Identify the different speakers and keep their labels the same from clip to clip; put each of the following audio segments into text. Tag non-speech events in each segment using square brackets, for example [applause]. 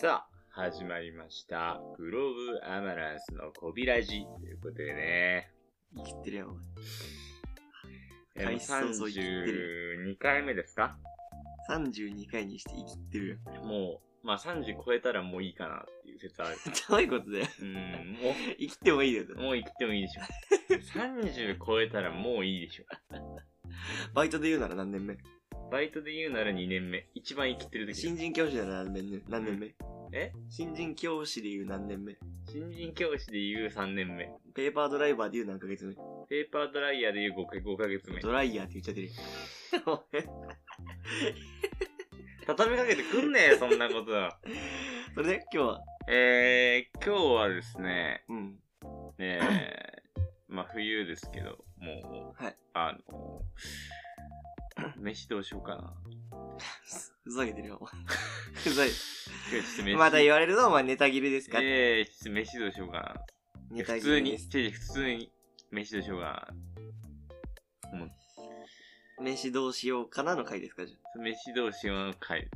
Speaker 1: さあ、始まりました。グローブアマランスのこびらじということでね。
Speaker 2: 生きてるよ、
Speaker 1: お前。32回目ですか
Speaker 2: ?32 回にして生きてる
Speaker 1: よ。もう、まあ30超えたらもういいかなっていう説ある。
Speaker 2: どういうことだよ。 [laughs]
Speaker 1: うん、もう。
Speaker 2: 生きてもいいよ。
Speaker 1: もう生きてもいいでしょ。30超えたらもういいでしょ。
Speaker 2: バイトで言うなら何年目
Speaker 1: バイトで言うなら2年目。一番生きてる時。
Speaker 2: 新人教師なら何年目何年目、
Speaker 1: え
Speaker 2: 新人教師で言う何年目
Speaker 1: 新人教師で言う3年目。
Speaker 2: ペーパードライバーで言う何ヶ月目
Speaker 1: ペーパードライヤーで言う 5, 5ヶ月目。
Speaker 2: ドライヤーって言っちゃってる。
Speaker 1: 畳みかけてくんねえ、そんなことは。
Speaker 2: [laughs] それで、ね、今日は
Speaker 1: えー、今日はですね、
Speaker 2: うん。
Speaker 1: ねえ、
Speaker 2: [coughs]
Speaker 1: まあ冬ですけど、も
Speaker 2: う、はい、
Speaker 1: あの、飯どうしようかな。
Speaker 2: ふざけてるよ、お前。 [laughs] ふざけてる。また言われるぞ、お前、ネタ切れですか
Speaker 1: ええー、ちょっと飯どうしようかな。ネタ切れ普通に、普通に、飯どうしようかな。
Speaker 2: うん。飯どうしようかなの回ですか、じゃ
Speaker 1: 飯どうしようの回です。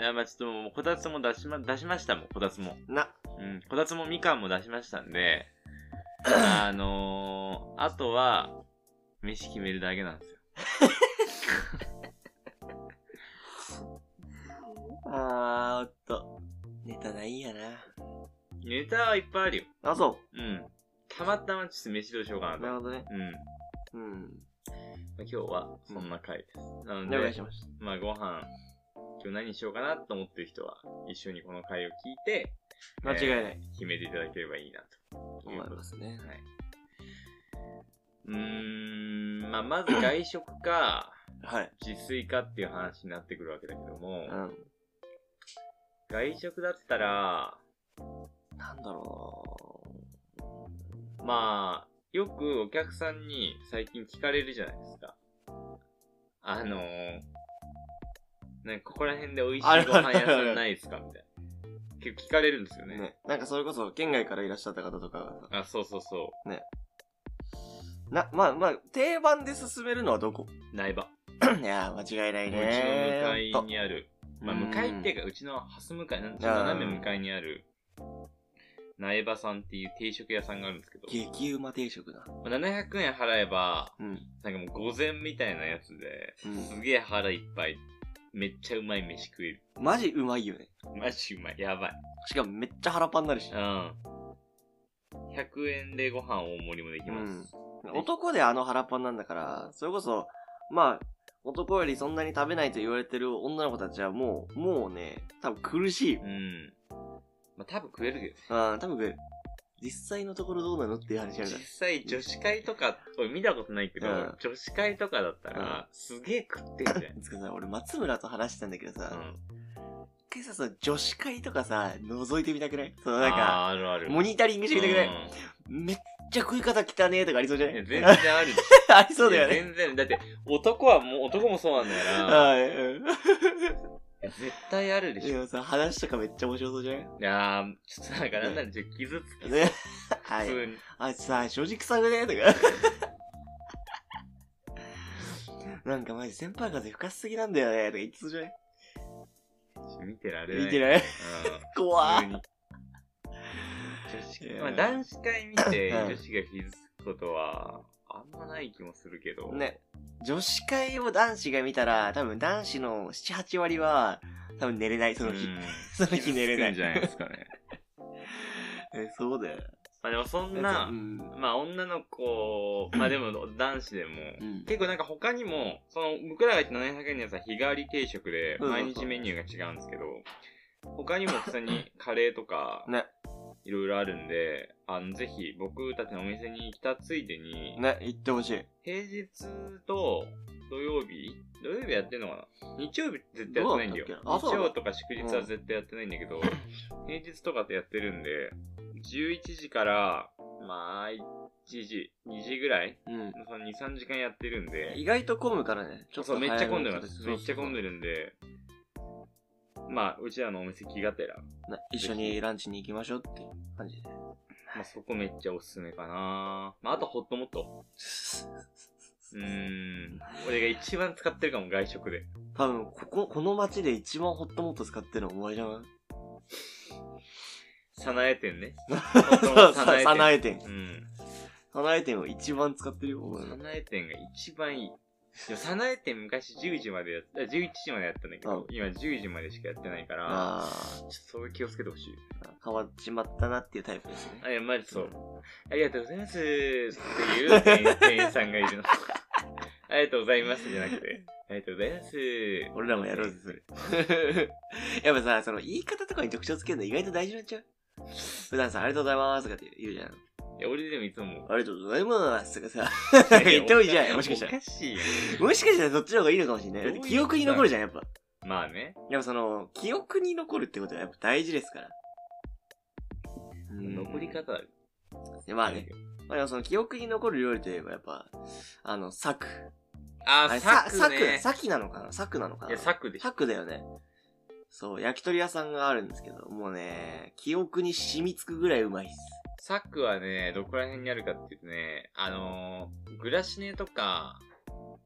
Speaker 1: いや、まあちょっともう、こたつも出しま、出しましたもん、こたつも。
Speaker 2: な。
Speaker 1: うん、こたつもみかんも出しましたん
Speaker 2: [coughs]
Speaker 1: で、あのー、あとは、飯決めるだけなんですよ。
Speaker 2: あーっと、ネタないんやな。
Speaker 1: ネタはいっぱいあるよ。。
Speaker 2: あ、そう
Speaker 1: うん。たまたまちょっと飯どうしようかなと。
Speaker 2: なるほどね。
Speaker 1: うん。
Speaker 2: うん。
Speaker 1: 今日はそんな回です。なの
Speaker 2: で、お願いしまし
Speaker 1: まあご飯、今日何しようかなと思ってる人は、一緒にこの回を聞いて、
Speaker 2: 間違いない。
Speaker 1: えー、決めていただければいいなと。
Speaker 2: 思いますね。
Speaker 1: はい。うーん、まあまず外食か、
Speaker 2: はい。
Speaker 1: 自炊かっていう話になってくるわけだけども、
Speaker 2: うん。
Speaker 1: 外食だったら、
Speaker 2: なんだろ
Speaker 1: う。まあ、よくお客さんに最近聞かれるじゃないですか。あのー、なんかここら辺で美味しいご飯屋さんないですかみたいな。結構聞かれるんですよね。
Speaker 2: ね。なんかそれこそ県外からいらっしゃった方とか。
Speaker 1: があ、そうそうそう
Speaker 2: ね。な、まあまあ、定番で進めるのはどこ [clears throat]
Speaker 1: 苗場。
Speaker 2: いや間違いないね。
Speaker 1: うちの向かいにある。まあ、向かいっていうか、うちのハス向かい、斜め向かいにある、苗場さんっていう定食屋さんがあるんですけど。
Speaker 2: 激うま定食だ。
Speaker 1: まあ、700円払えば、
Speaker 2: うん、
Speaker 1: なんかもう午前みたいなやつで、うん、すげえ腹いっぱい、めっちゃうまい飯食える。
Speaker 2: マジうまいよね。
Speaker 1: マジうまい。やばい。
Speaker 2: しかもめっちゃ腹パンになるし。
Speaker 1: うん。100円でご飯大盛りもできます。
Speaker 2: うん、男であの腹パンなんだから、それこそ、まあ、男よりそんなに食べないと言われてる女の子たちはもう、もうね、多分苦しいよ。
Speaker 1: うん。まあ、多分食えるけ
Speaker 2: ど。ああ、多分食える。実際のところどうなのっていう話ある
Speaker 1: 実際女子会とか、俺見たことないけど、うん、女子会とかだったら、すげえ食って
Speaker 2: [laughs]
Speaker 1: るじゃん。
Speaker 2: つかさ、俺松村と話したんだけどさ、うん、一回さ、その女子会とかさ、覗いてみたくないそのなんか、
Speaker 1: あるある
Speaker 2: モニタリングしてみたくない、うん、めっちゃ食い方汚ねえとかありそうじゃない
Speaker 1: 全然ある。
Speaker 2: [laughs] ありそうだよね。
Speaker 1: 全然、だって、男はもう、男もそうなんだよな。
Speaker 2: はい、うん。
Speaker 1: 絶対あるでしょ。
Speaker 2: でもさ、話とかめっちゃ面白そうじゃない
Speaker 1: いやー、ちょっとなんかなんなら、ちょっと傷つきね。
Speaker 2: はい。あ、さ、正直さぐねとか。 [laughs] なんかマジ先輩風深すぎなんだよねとか言ってそうじゃない
Speaker 1: 見てられない。
Speaker 2: 見てられない。
Speaker 1: [laughs]
Speaker 2: 怖
Speaker 1: 女子、まあ男子会見て女子が傷つくことは、あんまない気もするけど。
Speaker 2: ね。女子会を男子が見たら、多分男子の7、8割は、多分寝れない、その日。 [laughs] その日寝れない。
Speaker 1: んじゃないですかね。
Speaker 2: え、そうだよ。
Speaker 1: [laughs] まあでもそんな、
Speaker 2: [laughs] うん、
Speaker 1: まあ女の子、まあでも男子でも、うん、結構なんか他にも、その、僕らが言った700円のやつは日替わり定食で、毎日メニューが違うんですけど、他にも普通
Speaker 2: [laughs]
Speaker 1: にカレーとか、
Speaker 2: ね。
Speaker 1: いろいろあるんで、あの、ぜひ僕たちのお店に来たついでに、
Speaker 2: ね、行ってほしい。
Speaker 1: 平日と土曜日土曜日やってんのかな日曜日絶対やってないんだよ。だ日曜とか祝日は絶対やってないんだけど、うん、平日とかってやってるんで、11時から、まあ、1時、2時ぐらい、
Speaker 2: うん、
Speaker 1: その2、3時間やってるんで。
Speaker 2: 意外と混むからね。
Speaker 1: ちょっとそう、めっちゃ混んでます。めっちゃ混んでるんで。まあ、うちらのお店気がてら。
Speaker 2: 一緒にランチに行きましょうっていう感じで。
Speaker 1: まあ、そこめっちゃおすすめかなまあ、あとホットモット。うーん。俺が一番使ってるかも、外食で。
Speaker 2: [laughs] 多分、ここ、この街で一番ホットモット使ってるのお前じゃない
Speaker 1: さなえ店
Speaker 2: [laughs]
Speaker 1: ね。
Speaker 2: ささな
Speaker 1: え
Speaker 2: え店
Speaker 1: 店。。うん。
Speaker 2: さなえ店を一番使ってるよ。俺
Speaker 1: さなえ店が一番いい。でもさなえ店昔10時までやった、11時までやったんだけど、
Speaker 2: う
Speaker 1: 今10時までしかやってないから、
Speaker 2: あ
Speaker 1: ちょっとそれ気をつけてほしい。
Speaker 2: あ、変わっちまったなっていうタイプですね。
Speaker 1: あ、いや、マジそう。ありがとうございますっていう店員店員さんがい
Speaker 2: [laughs]
Speaker 1: るの。ありがとうございますじゃなくて、ありがとうございます。
Speaker 2: 俺らもやろうぜ、それ。 [laughs] やっぱさ、その言い方とかに特徴つけるの意外と大事なんちゃう普段さ、ありがとうございますとかって言うじゃん。
Speaker 1: いや、俺でもいつも。
Speaker 2: ありがとうございますとか [laughs] さ、 [laughs] 言ってもいいじゃん、もしかした
Speaker 1: お
Speaker 2: ら。
Speaker 1: かしいや
Speaker 2: もしかしたらそっちの方がいいのかもしれない。だって記憶に残るじゃん、やっぱ。
Speaker 1: ん。まあね。
Speaker 2: やっぱその、記憶に残るってことはやっぱ大事ですから。うん
Speaker 1: 残り方ある。
Speaker 2: でまあね。。まあでもその記憶に残る料理といえばやっぱ、あの、サク。
Speaker 1: あ
Speaker 2: あれ、
Speaker 1: ー、サ
Speaker 2: さサ
Speaker 1: ク
Speaker 2: ク、
Speaker 1: ね。
Speaker 2: サキなのかなサクなのかない
Speaker 1: や、サクでしょ。
Speaker 2: サクだよね。そう、焼き鳥屋さんがあるんですけど、もうね、記憶に染みつくぐらいうまいっす。
Speaker 1: サクはね、どこら辺にあるかっていうとね、あのー、グラシネとか、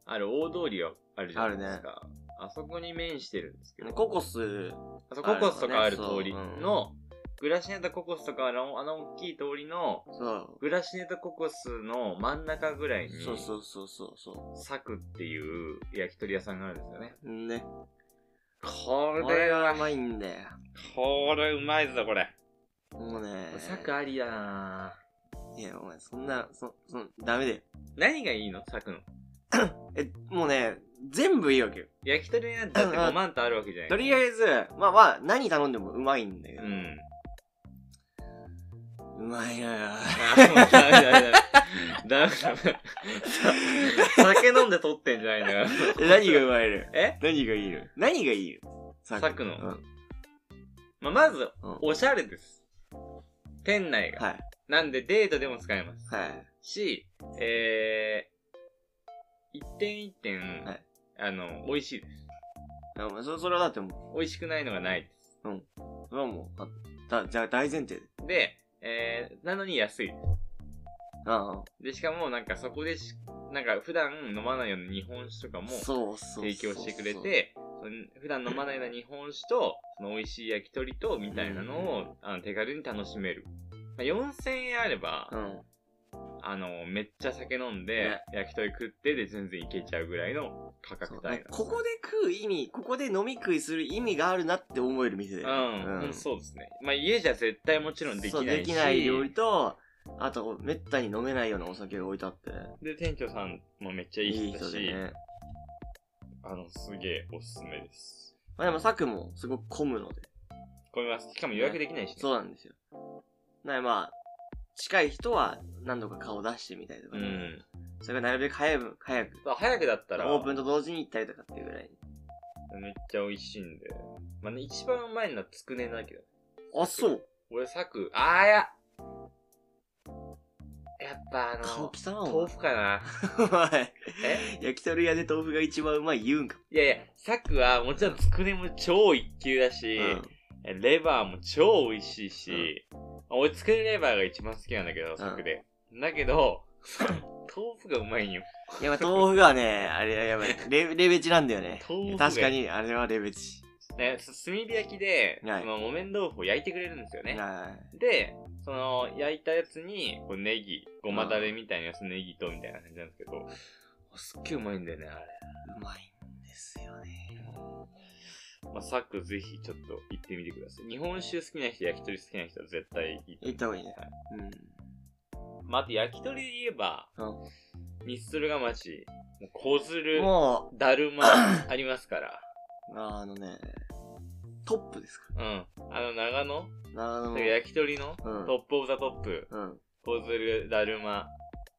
Speaker 1: ある大通りはあるじゃないですか。あそこに面してるんですけど。
Speaker 2: ココス、
Speaker 1: あそうココスとかある
Speaker 2: あるよね
Speaker 1: 通り
Speaker 2: そううん
Speaker 1: の、グラシネとココスとかあのあの大きい通りの、
Speaker 2: そう。
Speaker 1: グラシネとココスの真ん中ぐらいに、
Speaker 2: そうそうそうそうそ
Speaker 1: サクっていう焼き鳥屋さんがあるんですよね。
Speaker 2: う。ね。
Speaker 1: こ
Speaker 2: こ
Speaker 1: れ
Speaker 2: れ
Speaker 1: は
Speaker 2: がう、まいんだよ。
Speaker 1: これうまいぞ、これ。
Speaker 2: もうね。
Speaker 1: サクありだない
Speaker 2: や、お前、そんな、そ、そん、ダメだよ。
Speaker 1: 何がいいのサクの。
Speaker 2: え、もうね、全部いいわけよ。
Speaker 1: 焼き鳥なんてだって5万とあるわけじゃない
Speaker 2: とりあえず、まあまあ、何頼んでもうまいんだけど。
Speaker 1: うん。
Speaker 2: うまいのよ。
Speaker 1: あもうダメダメダメ。ダメダメ。酒飲んで撮ってんじゃないのよ。
Speaker 2: え何がうま
Speaker 1: [laughs]
Speaker 2: いの
Speaker 1: え
Speaker 2: 何がいいの何がいいのサ
Speaker 1: サクの
Speaker 2: うん
Speaker 1: まあ、まず、
Speaker 2: うん
Speaker 1: おしゃれです。店内が。
Speaker 2: はい。
Speaker 1: なんでデートでも使えます。
Speaker 2: はい。
Speaker 1: し、えー、一点一点、
Speaker 2: はい
Speaker 1: あの、美味しいです。
Speaker 2: でもそそれはだっても
Speaker 1: 美味しくないのがないで
Speaker 2: う、それはもう、あだじゃあ大前提で。
Speaker 1: す。で、えー、なのに安いで
Speaker 2: あ
Speaker 1: す。で、しかもなんかそこでし、なんか普段飲まないような日本酒とか
Speaker 2: あ、
Speaker 1: も
Speaker 2: そうそうそう。
Speaker 1: 提供してくれ、て、その普段飲まないような日本酒と、その美味しい焼き鳥と、みたいなのを、あの手軽に楽しめる。まあ4000円あれば、
Speaker 2: うん。
Speaker 1: あの、めっちゃ酒飲んで、
Speaker 2: ね
Speaker 1: 焼き鳥食ってで全然いけちゃうぐらいの価格
Speaker 2: そう
Speaker 1: 帯なんです
Speaker 2: ここで食う意味、ここで飲み食いする意味があるなって思える店で。
Speaker 1: うん、うん、そうですね。まあ家じゃ絶対もちろんできないし。
Speaker 2: そうできない料理と、あと、めったに飲めないようなお酒が置いてあって。
Speaker 1: で、店長さんもめっちゃいい人だし、
Speaker 2: でね。
Speaker 1: あの、すげえおすすめです。
Speaker 2: まあでも、サクもすごく混むので。
Speaker 1: これは、しかも予約できないし、ね
Speaker 2: そうなんですよ。なのでまあ、近い人は何度か顔出してみたりとか
Speaker 1: う
Speaker 2: ね、
Speaker 1: ん。
Speaker 2: それがなるべく早く、早く、
Speaker 1: まあ早くだったら、
Speaker 2: オープンと同時に行ったりとかっていうぐらい。
Speaker 1: めっちゃ美味しいんで。まあね、一番うまいのはつくねだけど。
Speaker 2: あ、そう。
Speaker 1: 俺、さく、あーややっぱあ
Speaker 2: 顔
Speaker 1: の、
Speaker 2: 汚い
Speaker 1: 豆腐かな。
Speaker 2: お [laughs] 前。
Speaker 1: え
Speaker 2: 焼き鳥屋で豆腐が一番うまい言うんか。
Speaker 1: いやいや、さくはもちろんつくねも超一級だし、
Speaker 2: うん。
Speaker 1: えレバーも超美味しいし、俺つくねレバーが一番好きなんだけど、サクで。だけ
Speaker 2: [laughs]
Speaker 1: ど、豆腐がうまいんよ。
Speaker 2: いやっぱ豆腐がね、あれ、や
Speaker 1: [laughs]
Speaker 2: ばい。レ、レベチなんだよね。
Speaker 1: 豆腐が
Speaker 2: 確かに、あれはレベチ。
Speaker 1: ね、す炭火焼きで、
Speaker 2: はい
Speaker 1: その木綿豆腐を焼いてくれるんですよね。
Speaker 2: はい。
Speaker 1: で、その焼いたやつに、こうネギ、ごまだれみたいなやつ、ネギとみたいな感じなんですけど、すっげえうまいんだよね、あれ。
Speaker 2: うまいんですよね。
Speaker 1: まあ、サックぜひちょっと行ってみてください。日本酒好きな人、焼き鳥好きな人は絶対行
Speaker 2: 行った方がいいね
Speaker 1: は
Speaker 2: うん。
Speaker 1: まあ、あと焼き鳥で言えば、ミストルが町、もう小鶴、
Speaker 2: も
Speaker 1: だる [coughs] まありますから。
Speaker 2: う、あのね、トップですか
Speaker 1: うん。あの、長野、
Speaker 2: ら。あの、
Speaker 1: 焼き鳥の、
Speaker 2: うん
Speaker 1: トップオブザトップ、
Speaker 2: うん。
Speaker 1: 小鶴、だるま。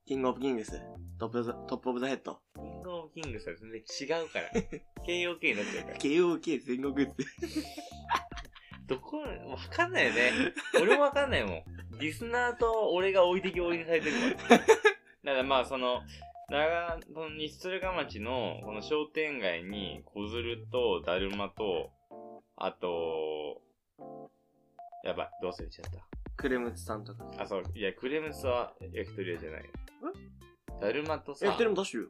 Speaker 2: キングオブキングス。トップオブザ、トップオブザヘッド。
Speaker 1: キングオブキングさ、全然違うから。KOK [laughs] になっちゃうから。
Speaker 2: KOK 全国って。
Speaker 1: どこ、わかんないよね。俺もわかんないもん。リスナーと俺が置いてきぼりにされてるから。だからまあ、その、長野、西鶴ヶ町の、この商店街に、小鶴と、だるまと、あと、やばい、どうせれちゃった。
Speaker 2: [laughs] クレムツさんとか。
Speaker 1: あ、そう。いや、クレムスは焼き鳥屋じゃない。だるまとさ、
Speaker 2: え、クレム出してる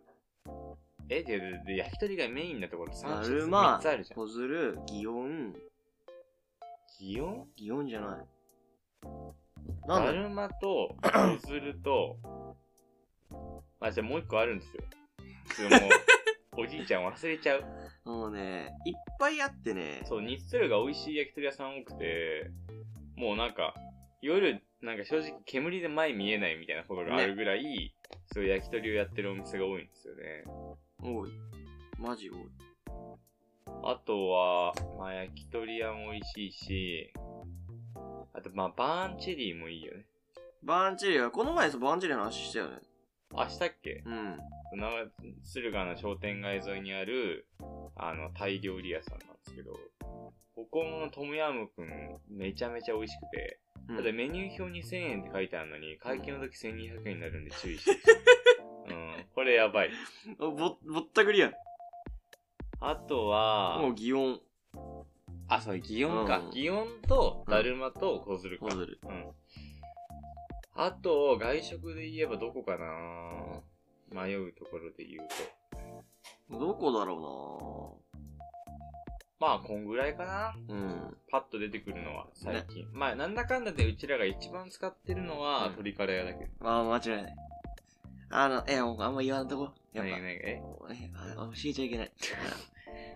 Speaker 2: よ。
Speaker 1: え、で、でで焼き鳥がメインだところ3
Speaker 2: だ
Speaker 1: 種
Speaker 2: る
Speaker 1: 類3
Speaker 2: ま
Speaker 1: つあるじ、ゃん。
Speaker 2: こずる、祇園、
Speaker 1: 祇祇園
Speaker 2: 祇園じゃない。なん
Speaker 1: だ
Speaker 2: だ
Speaker 1: るま
Speaker 2: [clears throat]
Speaker 1: と、ゆずると、あ、じゃあもう一個あるんですよ。その、おじいちゃん忘れちゃう。 [laughs]
Speaker 2: もうね、いっぱいあってね。
Speaker 1: そう、日鶴が美味しい焼き鳥屋さん多くて、もうなんか、夜、なんか正直煙で前見えないみたいなことがあるぐらい、そういう焼き鳥をやってるお店が多いんですよね。
Speaker 2: 多い。マジ多い。
Speaker 1: あとは、まあ焼き鳥屋も美味しいし、あとまあバーンチェリーもいいよね。
Speaker 2: バーンチリは、この前さ、バーンチリの話したよね。
Speaker 1: あ、したっけ
Speaker 2: うん。
Speaker 1: な駿河の商店街沿いにある、あの、タイ料理屋さんなんですけど、ここのトムヤムくんめちゃめちゃ美味しくて、
Speaker 2: うん
Speaker 1: ただメニュー表2000円って書いてあるのに、会計の時1200円になるんで注意して。
Speaker 2: [laughs]
Speaker 1: うん、これやばい。
Speaker 2: あぼ、ぼったくりやん。
Speaker 1: あとは、
Speaker 2: もう祇園、
Speaker 1: あ、そう、祇園か
Speaker 2: うん。
Speaker 1: 祇園と、だるまと、小鶴か。
Speaker 2: ホズル。
Speaker 1: うん。あと、外食で言えばどこかな迷うところで言うと。
Speaker 2: どこだろ
Speaker 1: まあ、こんぐらいかな
Speaker 2: うなうん。
Speaker 1: パッと出てくるのは、最近。まあ、なんだかんだでうちらが一番使ってるのは、
Speaker 2: うん
Speaker 1: 鶏から屋だけど。
Speaker 2: ああ、間違いない。あの、え、もうあんま言わんとこ。やっ
Speaker 1: ね
Speaker 2: ぱ。
Speaker 1: えねええ
Speaker 2: えああ教えちゃいけない。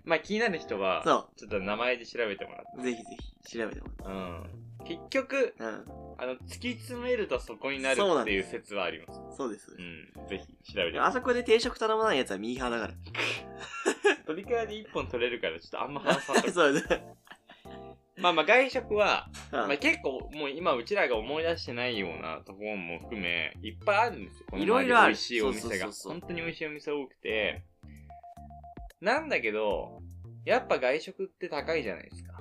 Speaker 1: まあ、気になる人は、
Speaker 2: そ
Speaker 1: ちょっと名前で調べてもらって。
Speaker 2: う。ぜひぜひ、調べても
Speaker 1: うん。結局、
Speaker 2: らって。
Speaker 1: あの、突き詰めるとそこになる
Speaker 2: そうな
Speaker 1: っ
Speaker 2: ん
Speaker 1: ていう
Speaker 2: です
Speaker 1: 説はあります。
Speaker 2: うん。そうです。
Speaker 1: うん。ぜひ、調べて
Speaker 2: あそこで定食頼まないやつはミーハーだか
Speaker 1: 鳥からで一本取れるから、ちょっと [laughs] あんま話さな
Speaker 2: ら。
Speaker 1: い。
Speaker 2: そうです。
Speaker 1: まあまあ、外食は、
Speaker 2: うん
Speaker 1: まあ結構、もう今うちらが思い出してないようなところも含め、いっぱいあるんですよ。この周り
Speaker 2: いろいろある
Speaker 1: 美味しいお店
Speaker 2: そ
Speaker 1: が。
Speaker 2: うそうそうそう
Speaker 1: 本当に美味しいお店多くて。なんだけど、やっぱ外食って高いじゃないですか。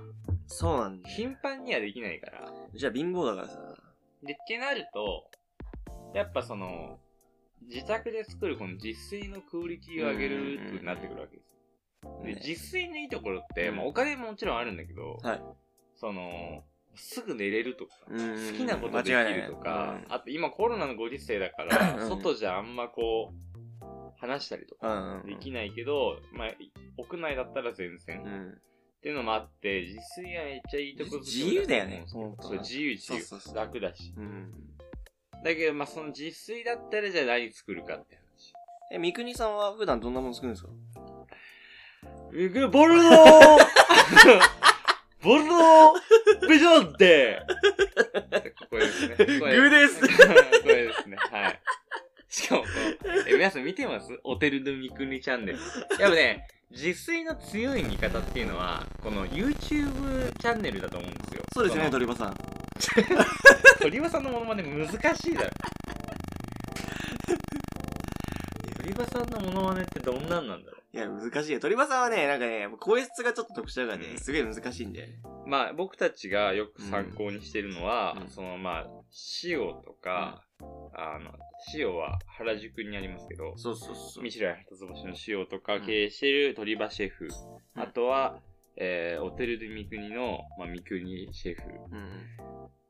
Speaker 2: そうなんだ。
Speaker 1: 頻繁にはできないから。
Speaker 2: じゃあ貧乏だからさ。
Speaker 1: で、ってなると、やっぱその、自宅で作るこの自炊のクオリティを上げるってなってくるわけです。で、
Speaker 2: ね
Speaker 1: 自炊のいいところって、
Speaker 2: うん
Speaker 1: まあお金ももちろんあるんだけど、
Speaker 2: はい
Speaker 1: その、すぐ寝れるとか、
Speaker 2: うんうんうん
Speaker 1: 好きなことできると
Speaker 2: 間違
Speaker 1: か
Speaker 2: いない、うん
Speaker 1: あと今コロナのご時世だから、
Speaker 2: うん
Speaker 1: 外じゃあんまこう、話したりとか
Speaker 2: うんうんうん
Speaker 1: できないけど、まあ、屋内だったら全然、
Speaker 2: う
Speaker 1: っ
Speaker 2: ん。
Speaker 1: ていうのもあって、自炊はめっちゃいいところ
Speaker 2: 自由だよね。
Speaker 1: そう、自由自由。
Speaker 2: そうそうそう
Speaker 1: 楽だし。
Speaker 2: うん。
Speaker 1: だけど、まあ、その自炊だったらじゃあ何作るかって話。
Speaker 2: え、三国さんは普段どんなもの作るんですか
Speaker 1: うぐ、ボルドーボルドービジョンデーここですね。ここ
Speaker 2: グーで
Speaker 1: [laughs]
Speaker 2: す
Speaker 1: ここですね。はい。しかもこう、え、皆さん見てますおてるのみくにチャンネル。やっぱね、自炊の強い味方っていうのは、この YouTube チャンネルだと思うんですよ。
Speaker 2: そうですよね、
Speaker 1: この。
Speaker 2: ドリバさん。
Speaker 1: 鳥羽さんのモノマネ難しいだ
Speaker 2: [laughs]
Speaker 1: ろ。鳥羽さんのモノマネってどんなんなんだろう
Speaker 2: いや、難しいよ。鳥羽さんはね、なんかね、声質がちょっと特殊だ
Speaker 1: う
Speaker 2: からね、
Speaker 1: ん
Speaker 2: すげえ難しいんだよね。
Speaker 1: まあ、僕たちがよく参考にしてるのは、
Speaker 2: うん
Speaker 1: そのまあ、塩とか、あの、塩は原宿にありますけど、
Speaker 2: そうそうそ
Speaker 1: ミシュラン一つ星の塩とか
Speaker 2: うん
Speaker 1: 経営してる鳥羽シェフ、
Speaker 2: うん
Speaker 1: あとは、えー、オテル・デュ・ミクニの、まあ、ミクニシェフ、
Speaker 2: うん。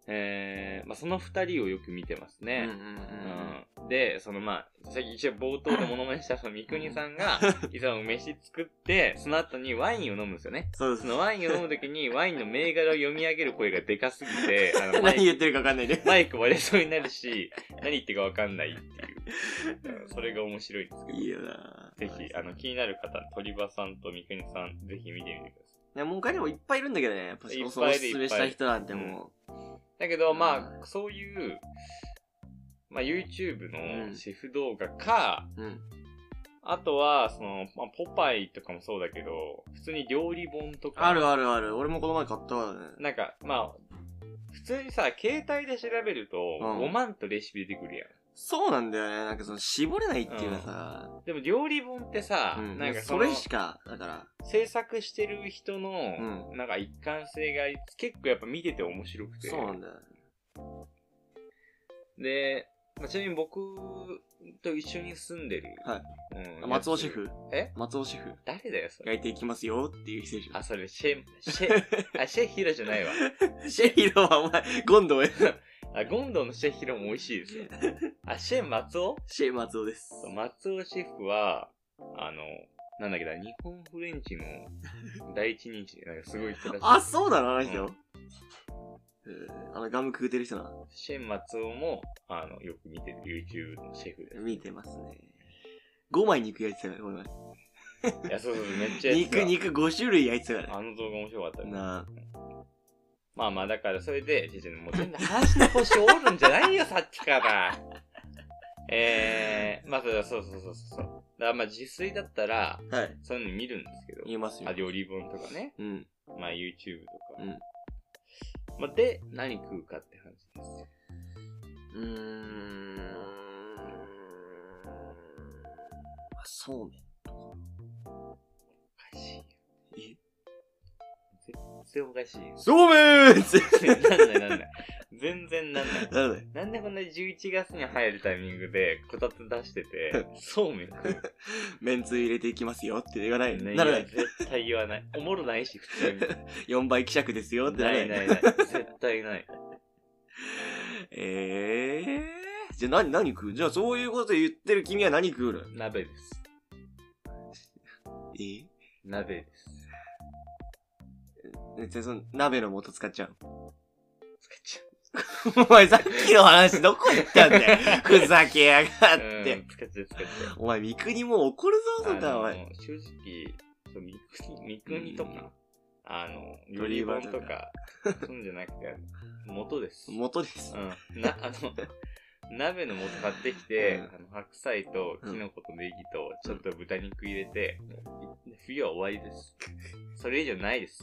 Speaker 1: えー、まあ、その二人をよく見てます
Speaker 2: うんうん
Speaker 1: ね。
Speaker 2: うん。
Speaker 1: うんで、そのまあ、さっき一応冒頭でモノマネしたそのミクニさん
Speaker 2: [laughs]
Speaker 1: が、いつも飯作って、その後にワインを飲むんですよね。
Speaker 2: そうで
Speaker 1: そ
Speaker 2: [laughs] す
Speaker 1: のワインを飲むときに、ワインの銘柄を読み上げる声がでかすぎて、あ
Speaker 2: [laughs]
Speaker 1: のマ
Speaker 2: 何
Speaker 1: イ
Speaker 2: 言ってるかわかんないね。
Speaker 1: マイク割れそうになるし、何言ってるかわかんないっていう。それが面白いんですけど。
Speaker 2: いいよな
Speaker 1: ぜひ、あの、気になる方、鳥羽さんと三國さん、ぜひ見てみてください。
Speaker 2: ね、もう他にもいっぱいいるんだけどね、やっぱそこそこお
Speaker 1: いっぱい
Speaker 2: す
Speaker 1: いる
Speaker 2: すめした人なんても
Speaker 1: だけど、まあ、そういう、まあ、YouTube
Speaker 2: う
Speaker 1: の
Speaker 2: ん
Speaker 1: シェフ動画か、
Speaker 2: う、うん。
Speaker 1: あとは、その、まあ、ポパイとかもそうだけど、普通に料理本とか、
Speaker 2: あるあるある。俺もこの前買ったわね。
Speaker 1: なんか、まあ、普通にさ、携帯で調べると、
Speaker 2: うん
Speaker 1: 5万とレシピ出てくるやん。
Speaker 2: そうなんだよね。なんかその、絞れないっていうかさ、
Speaker 1: でも料理本ってさ、
Speaker 2: うん
Speaker 1: なんか
Speaker 2: そ
Speaker 1: そ
Speaker 2: れ
Speaker 1: れ
Speaker 2: しか、だから、
Speaker 1: 制作してる人
Speaker 2: う
Speaker 1: の、
Speaker 2: ん。
Speaker 1: なんか一貫性があり、結構やっぱ見てて面白くて。
Speaker 2: そうなんだよ。
Speaker 1: で、まあ、ちなみに僕と一緒に住んでる。
Speaker 2: は
Speaker 1: う
Speaker 2: い
Speaker 1: ん
Speaker 2: 松尾シェ。フ。
Speaker 1: え
Speaker 2: 松尾シェフ。
Speaker 1: 誰だよ、それ。
Speaker 2: 焼いていきますよっていう人でしょ
Speaker 1: あ、それ、シェ、シ
Speaker 2: [laughs]
Speaker 1: ェ、あ、シェヒロじゃないわ。
Speaker 2: シェヒロはお前、ゴンドウへ。
Speaker 1: あ、ゴンドウのシェヒロも美味しいで
Speaker 2: [laughs]
Speaker 1: すよ。あ、シェ松尾
Speaker 2: シェ松尾です。
Speaker 1: そう松尾シェフは、あの、なんだっけ [laughs] な、日本フレンチの第一人者、なんかすごい人らしい。
Speaker 2: あ、そうなのあの人。
Speaker 1: うん
Speaker 2: うんあの、ガム食うてる人な。
Speaker 1: シェン松尾も、あの、よく見てる YouTube のシェフです。
Speaker 2: 見てますね。5枚肉焼いてたから、この前。
Speaker 1: いや、そうそうそう、めっちゃやってた
Speaker 2: 肉、肉5種類焼いてたから。
Speaker 1: あの動画面白かったね。
Speaker 2: な
Speaker 1: まあまあ、だからそれで、ちょちょもう全然話の腰折るんじゃな
Speaker 2: [laughs]
Speaker 1: いよ、さっきから。えー、まあそうそうそうそうそう。だからまあ自炊だったら、
Speaker 2: あ。はい。
Speaker 1: そういうの見るんですけど
Speaker 2: 言、えますよ
Speaker 1: あ、。料理本とかね、
Speaker 2: うん。
Speaker 1: まあ YouTube とか。
Speaker 2: うん
Speaker 1: まあで、何食うかって話ですよ。
Speaker 2: うーん。あそうめん。
Speaker 1: おかしいよ。
Speaker 2: え。
Speaker 1: 全然おかしいよ
Speaker 2: そうめん
Speaker 1: なんないなんない。全然なんない。
Speaker 2: なので、
Speaker 1: なんでこんな11月に入るタイミングでこたつ出してて、そうめん食う
Speaker 2: めんつゆ入れていきますよって言わない。
Speaker 1: ね
Speaker 2: ならない
Speaker 1: や
Speaker 2: い。
Speaker 1: 絶対言わない。おもろないし、普通に。
Speaker 2: 4倍希釈ですよって
Speaker 1: な
Speaker 2: なら
Speaker 1: い
Speaker 2: な。
Speaker 1: ないいない。絶対ない。
Speaker 2: ええー。じゃあ何、何食うじゃあそういうこと言ってる君は何食うの
Speaker 1: 鍋です。
Speaker 2: え
Speaker 1: 鍋です。
Speaker 2: [laughs] 別にその鍋の [laughs] 素使っちゃう。
Speaker 1: 使っちゃ
Speaker 2: お前さっきの話どこ行ったんだ [laughs] よ。ふざけやが
Speaker 1: う。
Speaker 2: って。
Speaker 1: うん、使っちゃう、使っちゃう。
Speaker 2: お前、三国もう怒るぞ、そん
Speaker 1: あ
Speaker 2: な、
Speaker 1: の
Speaker 2: お前。
Speaker 1: 正直、そう三国、三国と
Speaker 2: う
Speaker 1: か、あの、料理本とか、そういうんじゃなくて、元です。
Speaker 2: 元です。
Speaker 1: うん。な、 [laughs] あの、鍋の素買ってきて、
Speaker 2: うん
Speaker 1: あの白菜とキノコとネギと、ちょっと豚肉入れて、冬は終わりです。それ以上ないです。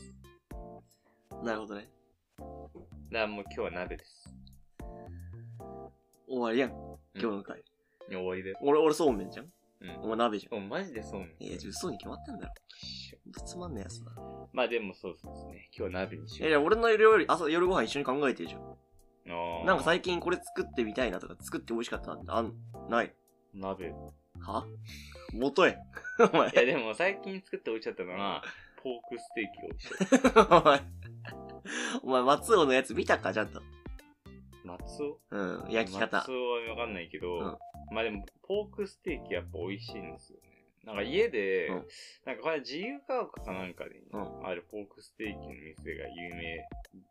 Speaker 2: なるほどね。
Speaker 1: だからもう今日は鍋です。
Speaker 2: 終わりやん。今日の回。
Speaker 1: 終わりだよ。
Speaker 2: 俺、俺そうめんじゃん。
Speaker 1: うん
Speaker 2: お。前鍋じゃ
Speaker 1: もうマジでそうめん。
Speaker 2: ん。いや、嘘に決まってんだろ。つまんねえやつだ。
Speaker 1: まあでもそうそうですね。今日は鍋にし
Speaker 2: え、
Speaker 1: よ
Speaker 2: じゃあ俺の料理、朝、夜ご飯一緒に考えてるじゃん。
Speaker 1: う。あー
Speaker 2: なんか最近これ作ってみたいなとか、作って美味しかったなって、あん、ない。
Speaker 1: 鍋。い
Speaker 2: は元へ。お前、
Speaker 1: やでも最近作っておいちゃったのは、ポークステーキが美味しかっ
Speaker 2: [laughs] お前。 [laughs] お前、松尾のやつ見たか、ちゃんと。
Speaker 1: た。松尾
Speaker 2: うん、焼き方
Speaker 1: 松。尾はわかんないけど、
Speaker 2: うん
Speaker 1: まあでも、ポークステーキやっぱ美味しいんですよね。なんか家で、
Speaker 2: うん
Speaker 1: なんかこれ自由が丘かなんかで、
Speaker 2: うん
Speaker 1: あるポークステーキの店が有名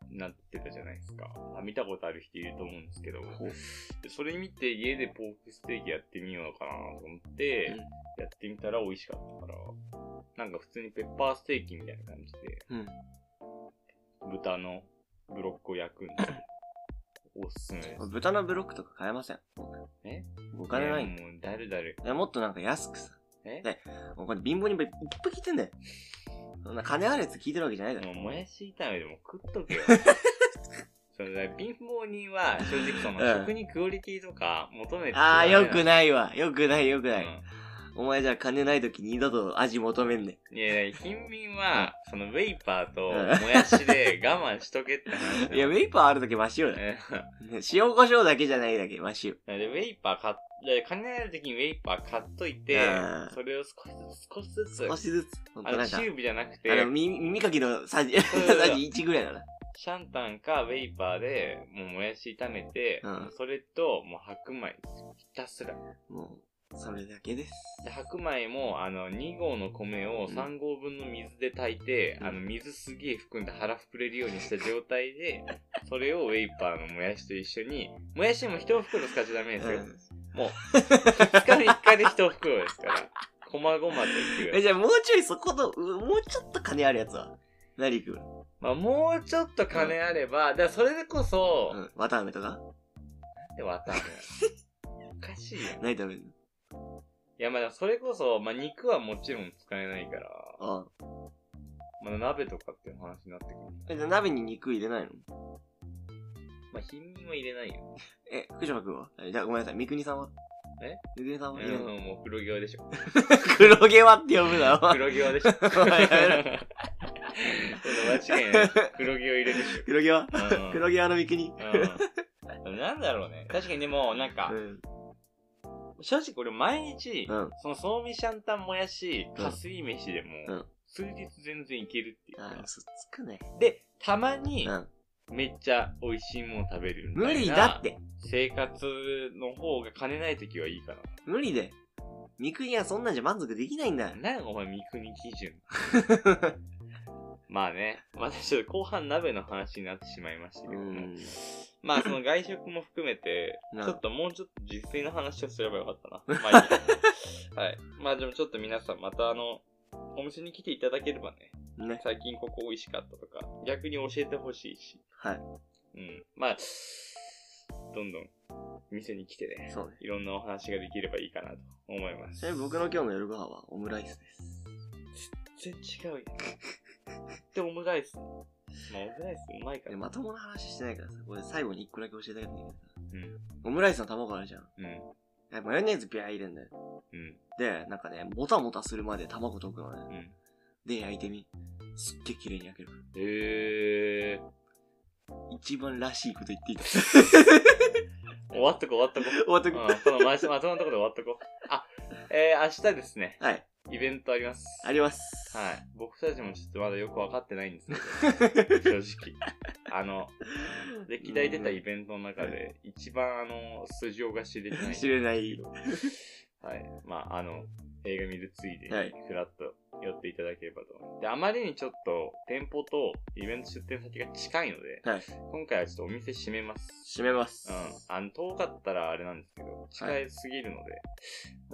Speaker 1: になってたじゃないですか。まあ見たことある人いると思うんですけど、
Speaker 2: ほう
Speaker 1: でそれ見て家でポークステーキやってみようかなと思って、やってみたら美味しかったから、なんか普通にペッパーステーキみたいな感じで、
Speaker 2: うん。
Speaker 1: 豚のブロックを焼くんですよ。おすすめです。
Speaker 2: 豚のブロックとか買えません。
Speaker 1: え
Speaker 2: お金ない
Speaker 1: や
Speaker 2: んだ。
Speaker 1: もう、だるだる。
Speaker 2: いや、もっとなんか安くさ。
Speaker 1: え
Speaker 2: ねもうこれ貧乏にいっぱい聞いてんだよ。そんな金あるやつ聞いてるわけじゃないだろ。
Speaker 1: もう、もやし炒めでも食っとけよ。
Speaker 2: [laughs]
Speaker 1: それだ貧乏人は、正直その、
Speaker 2: うん
Speaker 1: 食にクオリティとか求めて
Speaker 2: ああ、よく
Speaker 1: い。
Speaker 2: ないわ。よくないよく
Speaker 1: う
Speaker 2: ない。
Speaker 1: ん
Speaker 2: お前じゃあ金ない時に二度と味求めんね
Speaker 1: いやいや、貧民は、その、ウェイパーと、
Speaker 2: うん
Speaker 1: もやしで我慢しとけって話
Speaker 2: ん。
Speaker 1: だ。
Speaker 2: いや、ウェイパーある時マシよだよ。
Speaker 1: うん
Speaker 2: ね塩胡椒だけじゃないだけマシよ。
Speaker 1: なので、ウェイパー買っ、で金ある時にウェイパー買っといて
Speaker 2: うん、
Speaker 1: それを少しずつ、少しずつ、
Speaker 2: 少しずつ。ほん
Speaker 1: あ
Speaker 2: と
Speaker 1: の、
Speaker 2: なん
Speaker 1: チ
Speaker 2: か、
Speaker 1: ューブじゃなくて、
Speaker 2: あの、耳耳かきのサ [laughs] ジ、
Speaker 1: そうそうそう
Speaker 2: サジ1ぐらいだな。
Speaker 1: シャンタンかウェイパーで、もうもやし炒めて、
Speaker 2: うん
Speaker 1: それと、もう白米ですよ、ひたすら。
Speaker 2: もう、それだけです。
Speaker 1: で白米も、あの、2合の米を
Speaker 2: うん
Speaker 1: 3合分の水で炊いて、
Speaker 2: うん
Speaker 1: あの、水すげえ含んで腹膨れるようにした状態
Speaker 2: [laughs]
Speaker 1: で、それをウェイパーのもやしと一緒に、もやしも一袋使っちゃダメですよ。
Speaker 2: うん
Speaker 1: もう、2日3日で一袋です
Speaker 2: [laughs]
Speaker 1: から、こまごまと言ってください
Speaker 2: え、。じゃあもうちょいそこと、うもうちょっと金あるやつは。何食う
Speaker 1: まあ、もうちょっと金あれば、だからそれでこそ、
Speaker 2: うん。わたあめとか
Speaker 1: なんで渡るのおかしいやん。い
Speaker 2: 何食べるの
Speaker 1: や、まあ、それこそ、まあ、肉はもちろん使えないから、
Speaker 2: あ
Speaker 1: まあ、鍋とかっていう話になってくる。
Speaker 2: え、じゃあ鍋に肉入れないの
Speaker 1: まあ、貧民は入れないよ。
Speaker 2: え、福島君はえじゃあごめんなさい、三国さんは
Speaker 1: え
Speaker 2: 三国さんは入れ
Speaker 1: う
Speaker 2: ない
Speaker 1: ん、もう黒毛でしょ。
Speaker 2: 黒毛はって呼ぶな、お前。
Speaker 1: 黒毛でしょ。そ
Speaker 2: お
Speaker 1: う
Speaker 2: 前やめろ
Speaker 1: 間違いない。黒毛を入れるでし
Speaker 2: [laughs] 黒毛は
Speaker 1: ょ。
Speaker 2: 黒毛はあの三国。
Speaker 1: 毛。うん。なんだろうね。確かにでも、なんか
Speaker 2: う、ん。
Speaker 1: 正直俺毎日、
Speaker 2: うん。
Speaker 1: その、そうみシャンタンもやし、かすり飯で
Speaker 2: う
Speaker 1: も
Speaker 2: ん、
Speaker 1: 数日全然いけるっていう
Speaker 2: あ
Speaker 1: か
Speaker 2: あ、。そっつくね。
Speaker 1: で、たまに
Speaker 2: う、ん。
Speaker 1: めっちゃ美味しいもの食べるみた
Speaker 2: 無
Speaker 1: いな。
Speaker 2: 理だって。
Speaker 1: 生活の方が金ない時はいいか
Speaker 2: 無理で。三国はそんなんじゃ満足できないんだ
Speaker 1: な。。なんやお前、三国基準。まあね、またちょっと後半鍋の話になってしまいましたけ
Speaker 2: う
Speaker 1: ども、
Speaker 2: ん。
Speaker 1: まあその外食も含めて、
Speaker 2: な
Speaker 1: ちょっともうちょっと実炊の話をすればよかったな。まあいいやはい。まあでもちょっと皆さんまたあの、お店に来ていただければね、
Speaker 2: ね。
Speaker 1: 最近ここ美味しかったとか、逆に教えてほしいし、
Speaker 2: はい。
Speaker 1: うん。まあ、どんどん店に来てね、
Speaker 2: そうね。
Speaker 1: いろんなお話ができればいいかなと思います。
Speaker 2: ちなみに僕の今日の夜ご飯はオムライスです。
Speaker 1: 全然違うよ。 [laughs] で、オムライス。まあ、オムライスうまいか
Speaker 2: で
Speaker 1: ら。
Speaker 2: まともな話してないからさ、これ最後に一個だけ教えてあげていい
Speaker 1: うん
Speaker 2: オムライスの卵あるじゃん。
Speaker 1: うん。
Speaker 2: でマヨネーズビャー入れんだよ。
Speaker 1: うん。
Speaker 2: で、なんかね、もたもたするまで卵溶くのね。
Speaker 1: うん。
Speaker 2: で、焼いてみ。すっげえ綺麗に焼けるから。
Speaker 1: えー。
Speaker 2: 一番らしいこと言っていい
Speaker 1: 終わっとこう終わっとこう。
Speaker 2: [laughs] 終わっとく。
Speaker 1: [laughs] うん、そのままとのところで終わっとこう。あ、えー、明日ですね、
Speaker 2: はい。
Speaker 1: イベントあります。
Speaker 2: あります。
Speaker 1: はい。僕たちもちょっとまだよくわかってないんですけ
Speaker 2: [laughs]
Speaker 1: ど、正直。あの、歴代出たイベントの中で、一番あの、素性が知れてない。
Speaker 2: 知れない。
Speaker 1: はい。まあ、あの、映画見るついで
Speaker 2: はい
Speaker 1: に、ふらっと寄っていただければと思います。で、あまりにちょっと、店舗とイベント出店先が近いので、
Speaker 2: はい
Speaker 1: 今回はちょっとお店閉めます。
Speaker 2: 閉めます。
Speaker 1: うん。あの、遠かったらあれなんですけど、近いすぎるので、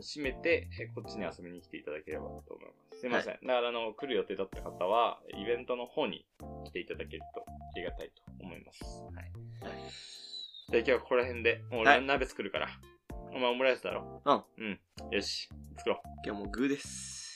Speaker 1: 閉めて、えこっちに遊びに来ていただければと思います。すいません。だから、あの、来る予定だった方は、イベントの方に来ていただけると、ありがたいと思います。はい。じゃあ今日はここら辺で、もう
Speaker 2: は
Speaker 1: 俺
Speaker 2: い
Speaker 1: 鍋作るから。お前オムライスだろ。うん。うん。よし、作ろう。
Speaker 2: 今日もグーです。